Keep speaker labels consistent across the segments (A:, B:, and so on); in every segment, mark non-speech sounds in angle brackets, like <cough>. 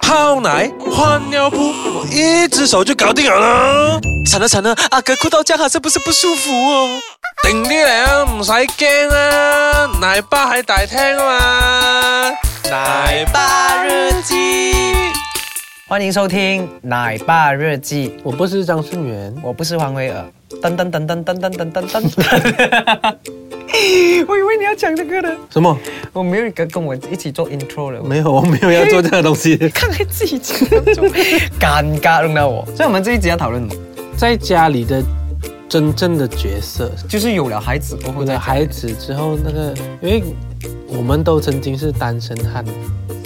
A: 泡奶、换尿布，我一只手就搞定了啦。
B: 惨了惨了，阿哥哭到这样还是不是不舒服哦？
A: 定啲嚟啊，唔使驚啊，奶爸喺大廳啊嘛。
B: 奶爸日记，
C: 欢迎收听《奶爸日记》，
A: 我不是张顺元，
C: 我不是黄维尔。噔噔噔噔噔噔噔噔噔。 <laughs> 我以为你要讲这个呢，
A: 什么？
C: 我没有人跟跟我一起做 intro 了，我。
A: 没有，我没有要做这个东西
C: 看来自己讲那 <laughs> 种尴尬弄到我。所以我们这一集要讨论什么？
A: 在家里的真正的角色，
C: 就是有了孩子过后
A: 我的
C: 再
A: 孩子之后那个，因为我们都曾经是单身汉，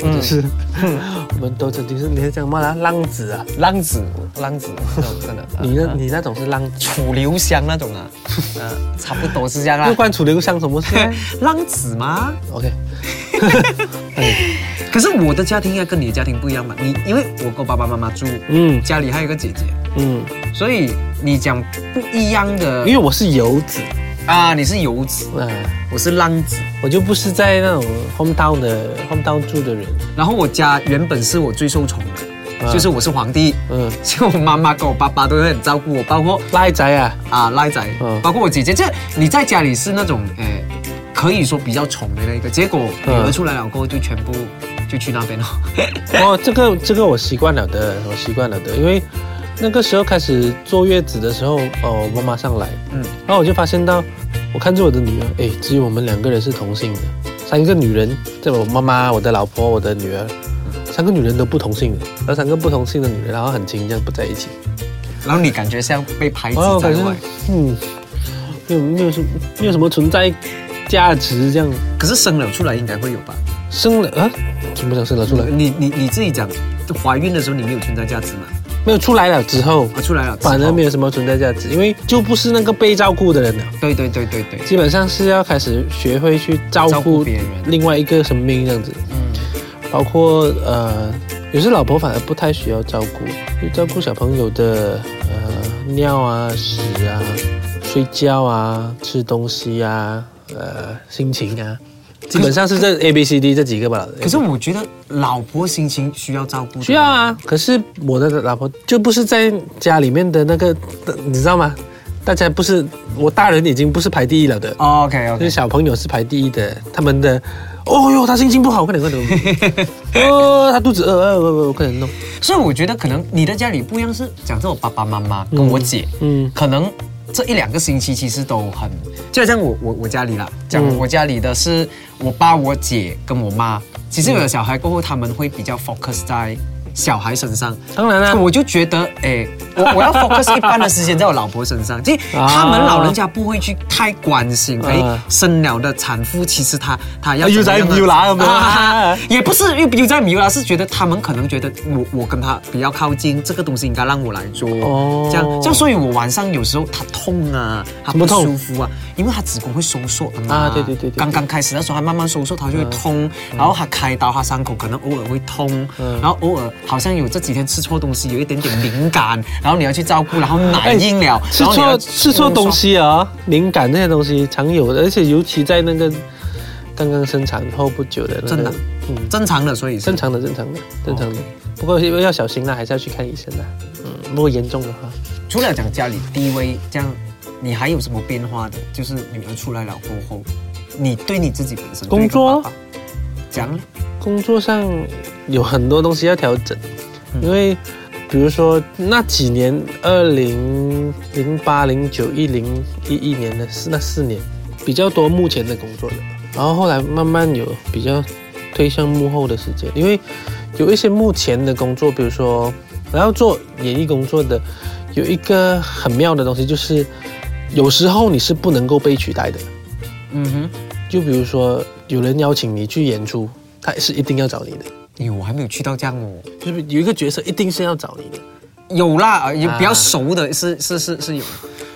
C: 嗯
A: 就是、 <laughs> 我们都曾经是你是讲什么啦？浪子啊？
C: 浪子浪子，那种真的， <laughs>
A: 你那
C: 啊
A: 你那种是浪子，
C: 楚留香那 <laughs> 种啊，嗯，差不多是这样
A: <laughs> 又
C: 啦。
A: 关楚留香什么事
C: <laughs> 浪子吗？
A: 啊 <laughs> ？OK，
C: 可是我的家庭应该跟你的家庭不一样嘛，你因为我跟我爸爸妈妈住，
A: 嗯
C: 家里还有一个姐姐，
A: 嗯，
C: 所以你讲不一样的
A: 因为我是游子
C: 啊，你是游子，
A: 啊。
C: 我是浪子，
A: 我就不是在那种 hometown 的 hometown 住的人，
C: 然后我家原本是我最受宠的，
A: 啊
C: 就是我是皇帝，
A: 嗯，
C: <laughs> 所以我妈妈跟我爸爸都会很照顾我，包括
A: 赖仔啊，
C: 啊赖仔
A: 嗯，
C: 包括我姐姐，这你在家里是那种呃，可以说比较宠的那一个，结果女
A: 嗯
C: 儿出来了过后就全部就去那边了，
A: <laughs> 哦，这个这个我习惯了的，我习惯了的，因为那个时候开始坐月子的时候，哦，我妈妈上来，
C: 嗯，
A: 然后我就发现到，我看着我的女儿，哎，只有我们两个人是同性的，三个女人，这我妈妈、我的老婆、我的女儿，三个女人都不同性的，然后三个不同性的女人，然后很亲，这样不在一起，
C: <laughs> 然后你感觉像被排挤
A: 哦，
C: 在
A: 感觉
C: 外，
A: 嗯，没有没有什么没有什么存在价值这样。
C: 可是生了出来应该会有吧？
A: 生了啊？怎么讲生了出来？
C: 你你你自己讲，怀孕的时候你没有存在价值嘛？
A: 没有出来了之后，
C: 啊，出来了，
A: 反而没
C: 有。
A: 有什么存在价值，因为就不是那个被照顾的人了。
C: 对对对对对，
A: 基本上是要开始学会去照
C: 照顾
A: 顾
C: 别人
A: 另外一个生命这样子，
C: 嗯，
A: 包括呃，有时老婆反而不太需要照顾，就照顾小朋友的呃尿啊、屎啊、睡觉啊、吃东西啊、呃心情啊，基本上是这 A B C D 这几个吧。
C: 可是我觉得老婆心情需要照顾的，
A: 需要啊，可是我的老婆就不是在家里面的那个，你知道吗？大家不是我大人已经不是排第一了的，
C: 哦。OK
A: 就是
C: OK，
A: 小朋友是排第一的，他们的，哦哟，他心情不好，快点快点，
C: <laughs>
A: 哦，他肚子饿，饿饿呃饿，快点弄，
C: 所以我觉得可能你的家里不一样是，讲真，我爸爸妈妈跟我姐，
A: 嗯
C: 可能这一两个星期其实都很，就好像我我我家里啦，讲
A: 嗯
C: 我家里的是我爸、我姐跟我妈，其
A: 嗯
C: 实有了小孩过后，他们会比较 focus 在小孩身上，
A: 当然啊啦、
C: <laughs> 我就觉得，哎、我我要 focus 一半的时间在我老婆身上，其
A: <laughs>
C: 实
A: 啊
C: 他们老人家不会去太关心，哎、
A: 嗯
C: 生了的产妇其实她她要
A: 又
C: 怎么样
A: 在
C: 呢
A: 又
C: <laughs>
A: 拿了没有
C: 啊 <laughs> 也不是又又在迷啦，是觉得他们可能觉得我我跟她比较靠近，这个东西应该让我来做，
A: 哦
C: 这样这样，所以我晚上有时候她痛啊，她
A: 什么
C: 不
A: 痛
C: 舒服啊，因为她子宫会收缩的嘛，
A: 啊对对对对对
C: 刚刚开始的时候她慢慢收缩，她就会痛，然后她开刀，她伤口可能偶尔会痛，
A: 嗯
C: 然后。然后偶尔好像有这几天吃错东西，有一点点敏
A: <laughs>
C: 感，然后你要去照顾，然后奶硬了，
A: 吃
C: 然后你要
A: 错吃错东，西啊、敏感那些东西常有的，而且尤其在那个刚刚生产后不久的、那个，
C: 真的，哦
A: 嗯，
C: 正常的，所以是
A: 正常的，正常的，正常的。不过要小心啦，还是要去看医生啦。嗯，如果严重的话，
C: 除了讲家里地位这样，你还有什么变化的？就是女儿出来了过后，你对你自己本身
A: 工作
C: 对这个爸爸讲了，
A: 工作上有很多东西要调整，
C: 嗯
A: 因为比如说那几年，二零零八、零九、一零、一一年的四那四年，比较多幕前的工作的，然后后来慢慢有比较推向幕后的时间，因为有一些幕前的工作，比如说我要做演艺工作的，有一个很妙的东西就是，有时候你是不能够被取代的。
C: 嗯哼，
A: 就比如说有人邀请你去演出，他是一定要找你的，
C: 哎呦，我还没有去到这样哦。
A: 就是有一个角色一定是要找你的。
C: 有啦，呃有比较
A: 啊
C: 熟的是、是是是有，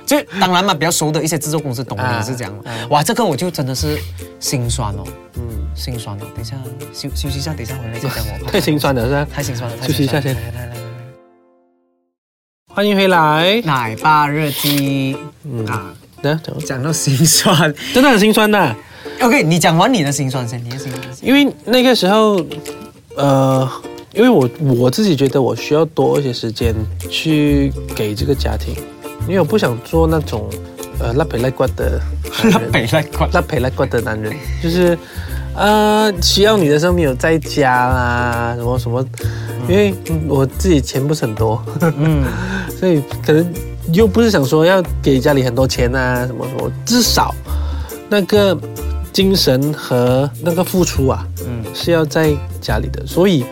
C: 就当然嘛，比较熟的一些制作公司懂
A: 啊
C: 你是这样嘛。
A: 啊
C: 哇，这个我就真的是心酸哦，
A: 嗯，
C: 心酸哦。等一下休休息一下，等一下回来再讲我。
A: 太心酸了是吧？
C: 太心酸了，太
A: 休息一下
C: 心酸了
A: 先
C: 来来来来来
A: 欢迎回来。
C: 奶爸日记、
A: 嗯，
C: 啊，
A: 等一下讲
C: 讲到心酸
A: 真的很心酸的，
C: ，OK，你讲完你的心酸先，你的心酸先。
A: 因为那个时候，呃，因为我我自己觉得我需要多一些时间去给这个家庭，因为我不想做那种呃拉皮拉瓜的男人
C: 北来管
A: 拉皮拉瓜的男人，就是呃需要你的时候没有在家啦，什么什么，因为我自己钱不是很多，
C: 嗯，
A: <laughs> 所以可能又不是想说要给家里很多钱啊，什么什么，至少那个精神和那个付出啊，
C: 嗯，
A: 是要在家里的，所以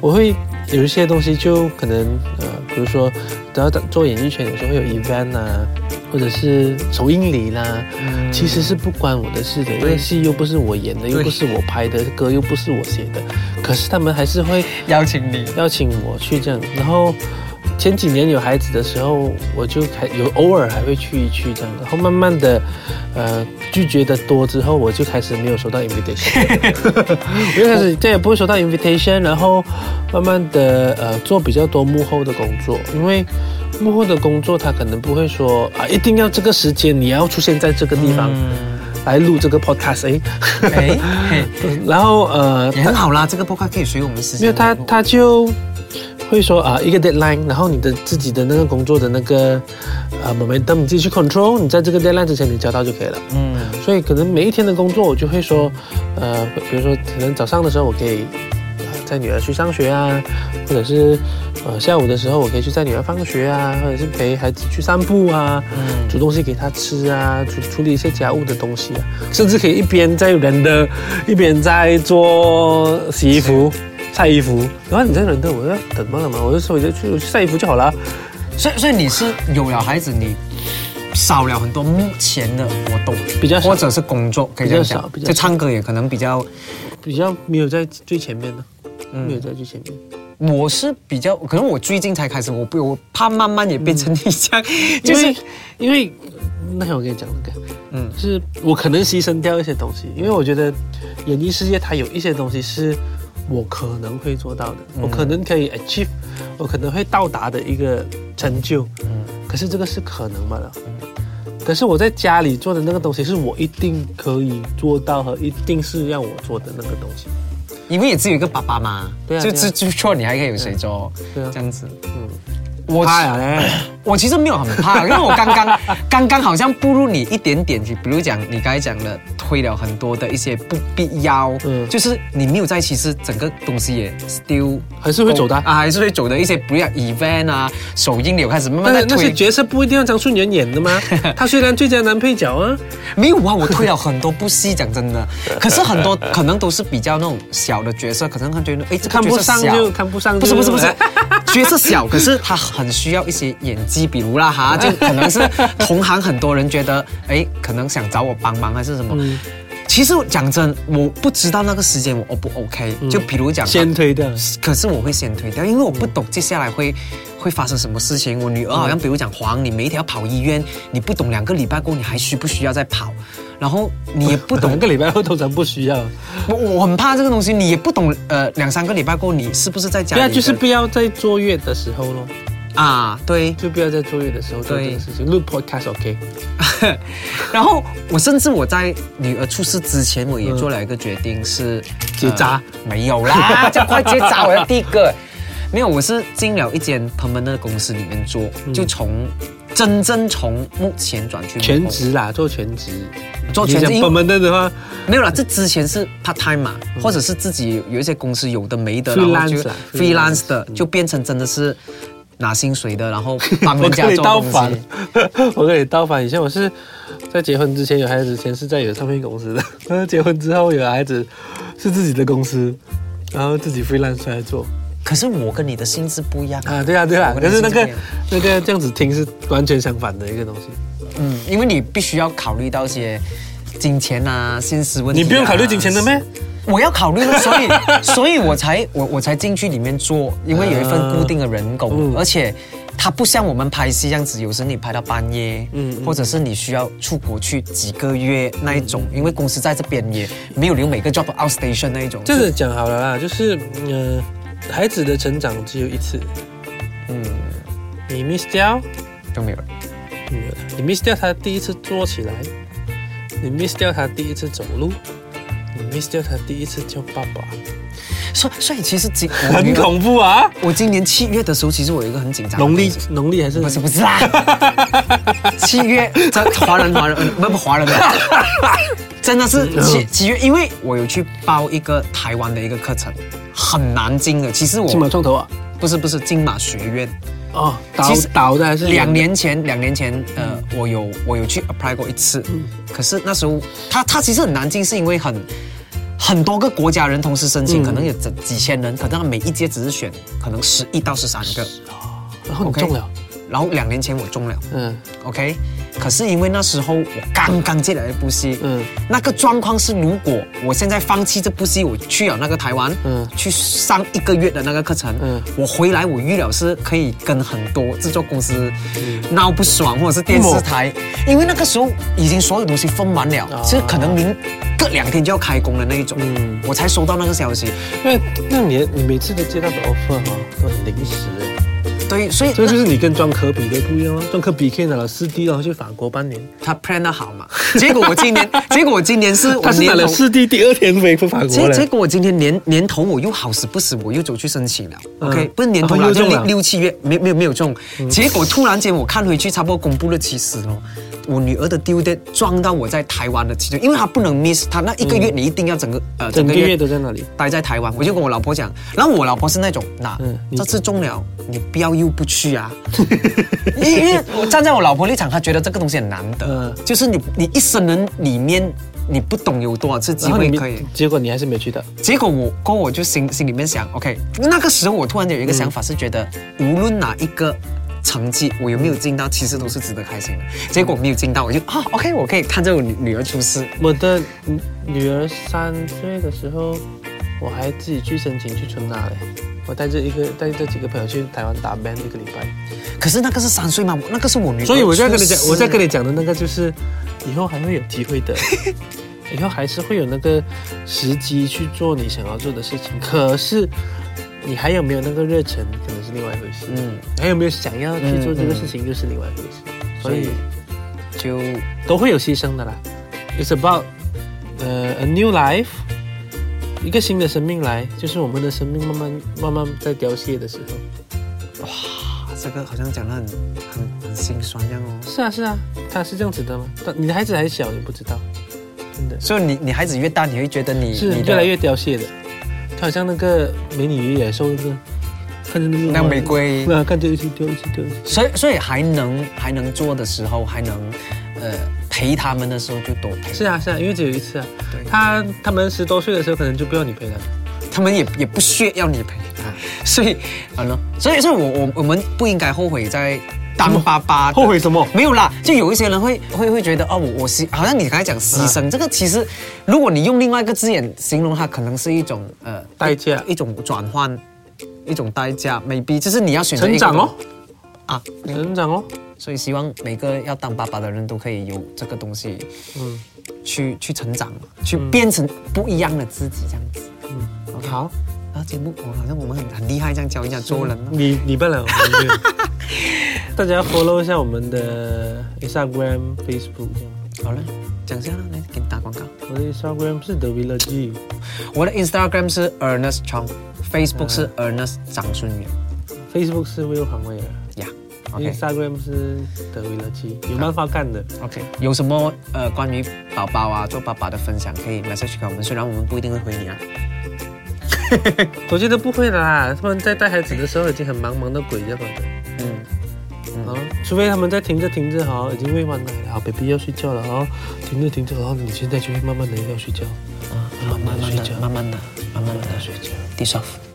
A: 我会有一些东西就可能呃，比如说只要做演艺圈，有时候会有 event 啊，或者是首映礼啦、
C: 嗯
A: 其实是不关我的事的，因为戏又不是我演的，又不是我拍的，歌又不是我写的，可是他们还是会。
C: 邀请你，
A: 邀请我去这样，然后前几年有孩子的时候，我就还有偶尔还会去一去这样，然后慢慢的，呃，拒绝的多之后，我就开始没有收到 invitation，我就开始再也不会收到 invitation，然后慢慢的呃做比较多幕后的工作，因为。幕后的工作，他可能不会说啊，一定要这个时间你要出现在这个地方、
C: 嗯，
A: 来录这个 podcast，哎， <laughs>
C: 哎，嘿
A: 然后呃，
C: 也很好啦，这个播客可以随我们时间
A: 因为他
C: 来录
A: 他就会说啊、一个 deadline，然后你的自己的那个工作的那个呃 momentum 你自己去 control，你在这个 deadline 之前你交到就可以了。
C: 嗯
A: 所以可能每一天的工作，我就会说，呃，比如说可能早上的时候我可以呃载女儿去上学啊，或者是呃下午的时候我可以去载女儿放学啊，或者是陪孩子去散步啊，
C: 嗯
A: 煮东西给他吃啊，处处理一些家务的东西啊，甚至可以一边在人的，一边在做洗衣服、晒衣服。然后你在人的，我要等嘛等嘛，我就说我就去我去晒衣服就好了。
C: 所以所以你是有了孩子，你少了很多目前的活动，
A: 比较少
C: 或者是工作，可以这样讲
A: 比较少比，较少
C: 就唱歌也可能比较，
A: 比较没有在最前面的，没有
C: 嗯，
A: 在最前面。
C: 我是比较，可能我最近才开始，我不我怕慢慢也变成你这样， <laughs> 就
A: 就是
C: 是
A: 因为那天我跟你讲那个，
C: 嗯
A: 就是我可能牺牲掉一些东西，因为我觉得演艺事业它有一些东西是我可能会做到的，
C: 嗯
A: 我可能可以 achieve，我可能会到达的一个成就，
C: 嗯
A: 可是这个是可能嘛了。可是我在家里做的那个东西，是我一定可以做到和一定是让我做的那个东西。
C: 因为也只有一个爸爸嘛，
A: 对啊
C: 就
A: 对啊
C: 就就错你还可以有谁做，
A: 对啊
C: 这样子，
A: 嗯，
C: 我
A: 怕呀嘞，
C: 我其实没有很怕，因为我刚刚 <laughs> 刚刚好像步入你一点点，比如讲你刚才讲的推了很多的一些不必要，
A: 嗯
C: 就是你没有在，其实整个东西也 still
A: 还是会走的啊
C: 啊，还是会走的一些，比如讲 event 啊，首映也有开始慢慢在
A: 但那些
C: 推。
A: 角色不一定要张顺元演的吗？他虽然最佳男配角啊，
C: <laughs> 没有啊，我推了很多部戏，讲真 <laughs> 的，可是很多可能都是比较那种小的角色，可能他觉得哎这个
A: 看不
C: 角色
A: 上
C: 小
A: 就看不上就，
C: 不是不是不是， <laughs> 角色小，可是他很需要一些演技，比如啦 <laughs> 哈，就可能是同行很多人觉得，哎，可能想找我帮忙还是什么。
A: 嗯
C: 其实讲真，我不知道那个时间我 O 不 OK，、就比如讲，
A: 先推的。
C: 可是我会先推掉，因为我不懂接下来会。会发生什么事情？我女儿好像，比如讲黄，你每一天要跑医院，你不懂两个礼拜过后你还需不需要再跑？然后你也不懂
A: <laughs> 两个礼拜后通常不需要，
C: 我我很怕这个东西，你也不懂。呃，两三个礼拜过后你是不是在家
A: 对
C: 里
A: 啊，
C: 的？
A: 就是不要在坐月的时候咯，
C: 啊，对，
A: 就不要在坐月的时候做这
C: 对
A: 个事情。录 podcast OK，
C: 然后我甚至我在女儿出事之前，我也做了一个决定是
A: 结扎
C: 呃没有啦， <laughs> 这样快结扎，我要第一个。没有，我是进了一间 permanent 的公司里面做，
A: 嗯
C: 就从真正从目前转去幕后
A: 全职啦，做全职，
C: 做全职，因为
A: 本本的的话，
C: 没有啦，这之前是 part time 嘛，
A: 嗯
C: 或者是自己有一些公司有的没的，
A: Freelance
C: 然后就
A: 啦
C: freelance 的，
A: 嗯
C: 就变成真的是拿薪水的，然后帮
A: 我
C: 人家
A: 跟你
C: 做
A: 倒
C: 东
A: 反 <laughs>
C: 西。，
A: 我跟你倒反。以前我是在结婚之前有孩子之前是在有唱片公司的，然后结婚之后有孩子是自己的公司，然后自己 freelance 出来做。
C: 可是我跟你的性质不一样啊
A: 啊，对啊，对啊，
C: 我
A: 可
C: 的
A: 是那
C: 经
A: 个
C: 验
A: 那个这样子听是完全相反的一个东西。
C: 嗯，因为你必须要考虑到一些金钱啊、现实问题、
A: 你不用考虑金钱的咩？？
C: 我要考虑了，所以
A: <laughs>
C: 所以我才我我才进去里面做，因为有一份固定的人工，
A: 嗯
C: 而且它不像我们拍戏这样子，有时你拍到半夜，
A: 嗯嗯
C: 或者是你需要出国去几个月那一
A: 嗯
C: 种，因为公司在这边也没有留每个 job outstation 那一种，
A: 这样子讲好了啦，就是嗯、呃，孩子的成长只有一次，
C: 嗯
A: 你 miss 掉，
C: 就没有了。
A: 没有了你 miss 掉他第一次坐起来，你 miss 掉他第一次走路，你 miss 掉他第一次叫爸爸，
C: 所以所以其实今
A: 很
C: 我
A: 恐怖啊！
C: 我今年七月的时候，其实我有一个很紧张的
A: 农历
C: 东西
A: 农历还是
C: 不是不是啦，七月在华人华人呃不不华人的，真的是七七月，因为我有去报一个台湾的一个课程，很难进的。其实
A: 金马
C: 我
A: 创投啊？
C: 不是不是金马学院，
A: 哦，倒
C: 其实
A: 倒的还是
C: 两年前，两年前，呃，我有我有去 apply 过一次，可是那时候他他其实很难进，是因为很很多个国家人同时申请，
A: 嗯
C: 可能有几几千人，可能他每一届只是选可能十一到十三个，
A: 然后你
C: OK
A: 中哦了，
C: 然后两年前我中了
A: 嗯
C: ，OK，可是因为那时候我刚刚接了一部戏，
A: 嗯
C: 那个状况是，如果我现在放弃这部戏，我去了那个台湾，
A: 嗯
C: 去上一个月的那个课程，
A: 嗯
C: 我回来我预料是可以跟很多制作公司
A: 嗯
C: 闹不爽，或者是电视台，因为那个时候已经所有东西封完了，
A: 啊
C: 是可能明隔两天就要开工的那一种，
A: 嗯
C: 我才收到那个消息。
A: 因为那你你每次都接到的 offer 哈、都很临时欸，
C: 对，所以
A: 这就是你跟专科比的不一样啊。专科比可以拿了四 D，然后去法国半年，
C: 他 plan 的好嘛，结果我今
A: <laughs>
C: 年，结果我今年是我
A: 他是拿
C: 年
A: 了
C: 头。
A: 四 D，第二天回法国
C: 结结
A: 了。
C: 果我今天年年头我又好死不死我又走去申请了、
A: 嗯
C: o k 不是年头
A: 然后
C: 啦，
A: 又
C: 就
A: 中
C: 六
A: 了嗯
C: 六七月没没有没有中，结果突然间我看回去，差不多公布了其实哦，我女儿的 due date 撞到我在台湾的其中，因为她不能 miss，她那一个月你一定要整个、呃
A: 嗯整个月都在那里。
C: 待在台湾，我就跟我老婆讲，然后我老婆是那种，那、
A: 嗯你
C: 这次中了，你不要又不去
A: <laughs>
C: 啊，因因为我站在我老婆立场，她觉得这个东西很难得，
A: 嗯
C: 就是你你一生人里面你不懂有多少次机
A: 然后
C: 会
A: 你
C: 可以。
A: 结果你还是没去到，
C: 结果我过后我就心心里面想，OK，那个时候我突然间有一个想法是觉得，无论哪一个成绩我有没有进到，其实都是值得开心的。结果没有进到，我就啊，OK，我可以看着我女女儿出事。
A: 我的女儿三岁的时候，我还自己去申请去春娜嘞。我带着一个带着几个朋友去台湾打 band 一个礼拜，
C: 可是那个是三岁嘛，我那个是我女儿出事。
A: 所以我在跟你讲，我在跟你讲的那个就是，以后还会有机
C: <laughs>
A: 会的，以后还是会有那个时机去做你想要做的事情。可是你还有没有那个热忱，可能是另外一回事。
C: 嗯，
A: 还有没有想要去做这个
C: 嗯嗯
A: 事情，又是另外一回事。所
C: 嗯所以
A: 以
C: 就啊
A: 都会有牺牲的啦。It's about 呃 a new life，一个新的生命来，就是我们的生命慢慢慢慢在凋谢的时候。
C: 啊这个好像讲的很很很心酸这样哦。
A: 是啊是啊，他是这样子的吗？但你的孩子还小，你不知道，真的
C: 所以你你孩子越大，你会觉得你
A: 是
C: 你
A: 越来越凋谢的。就好像那个美女与野兽那个，看着那个
C: 那玫瑰
A: 那看着一直丢一直丢，一直
C: 所以所以还能还能做的时候，还能呃陪他们的时候就多陪。
A: 是啊是啊，因为只有一次啊
C: 对。
A: 他他们十多岁的时候，可能就不要你陪了。
C: 他们也也不屑要你陪啊，所以完了，所以所以我我我们不应该后悔在当爸爸的，
A: 后悔什么？
C: 没有啦，就有一些人会会会觉得哦，我我牺，好像你刚才讲牺牲、
A: 啊
C: 这个，其实如果你用另外一个字眼形容它，可能是一种呃
A: 代价
C: 一种转换，一种代价，maybe 就是你要选择一
A: <laughs> 成
C: 个
A: 长哦，
C: 啊，
A: 成长哦。
C: 所以希望每个要当爸爸的人都可以有这个东西
A: 嗯，
C: 去去成长，去变成不一样的自己这样子。嗯，OK，好。然后节目，我好像我们很很厉害，这样教人家做人哦。
A: 嗯你你不能，我没有
C: <laughs>
A: 大家 follow 一下我们的 Instagram、Facebook 这样。
C: 好了，讲一下啦，来给你打广告。
A: 我的 Instagram 是 The Villa G，
C: 我的 Instagram 是 Ernest Chong，Facebook 是 Ernest 张顺元
A: f a c e b o o k 是 Will 黄威尔
C: 呀。OK
A: Instagram 是 The Villa G，有办法干的。
C: OK，有什么呃关于宝宝啊做爸爸的分享，可以 message 给我们，虽然我们不一定会回你啊。
A: 我觉得不会的啦，他们在带孩子的时候已经很忙忙的鬼这样的。
C: 嗯，
A: 啊，除非他们在停着停着哦哈，已经喂完奶了，好，baby 要睡觉了哦，停着停着，然后你现在就会慢慢的要睡觉，
C: 啊慢慢
A: 慢慢地
C: 的，慢慢的，慢慢的
A: 睡觉。
C: ，dissolve。